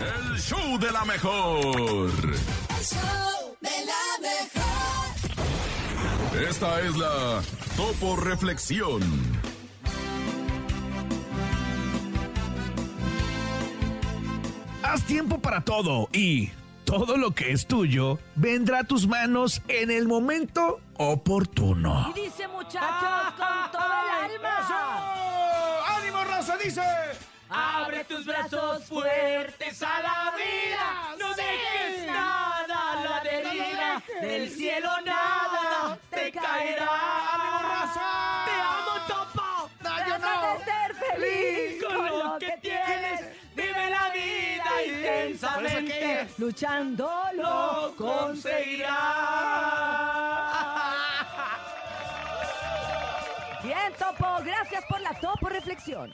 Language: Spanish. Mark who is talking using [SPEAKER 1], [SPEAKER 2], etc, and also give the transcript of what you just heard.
[SPEAKER 1] el show de la mejor.
[SPEAKER 2] El show de la mejor.
[SPEAKER 1] Esta es la Topo Reflexión.
[SPEAKER 3] Haz tiempo para todo y todo lo que es tuyo vendrá a tus manos en el momento oportuno.
[SPEAKER 4] Y dice muchachos con todo el alma.
[SPEAKER 5] ¡Ánimo, raza! Dice.
[SPEAKER 4] Abre tus brazos fuertes a la vida. No dejes nada a la deriva. Del cielo nada te
[SPEAKER 5] ¡Ánimo,
[SPEAKER 4] caerá.
[SPEAKER 5] raza!
[SPEAKER 4] Te amo, Topo.
[SPEAKER 5] No, yo
[SPEAKER 4] Trata
[SPEAKER 5] no.
[SPEAKER 4] de ser feliz con lo que tienes. Vive la vida intensamente. Luchando lo conseguirás. Bien, Topo. Gracias por la Topo Reflexión.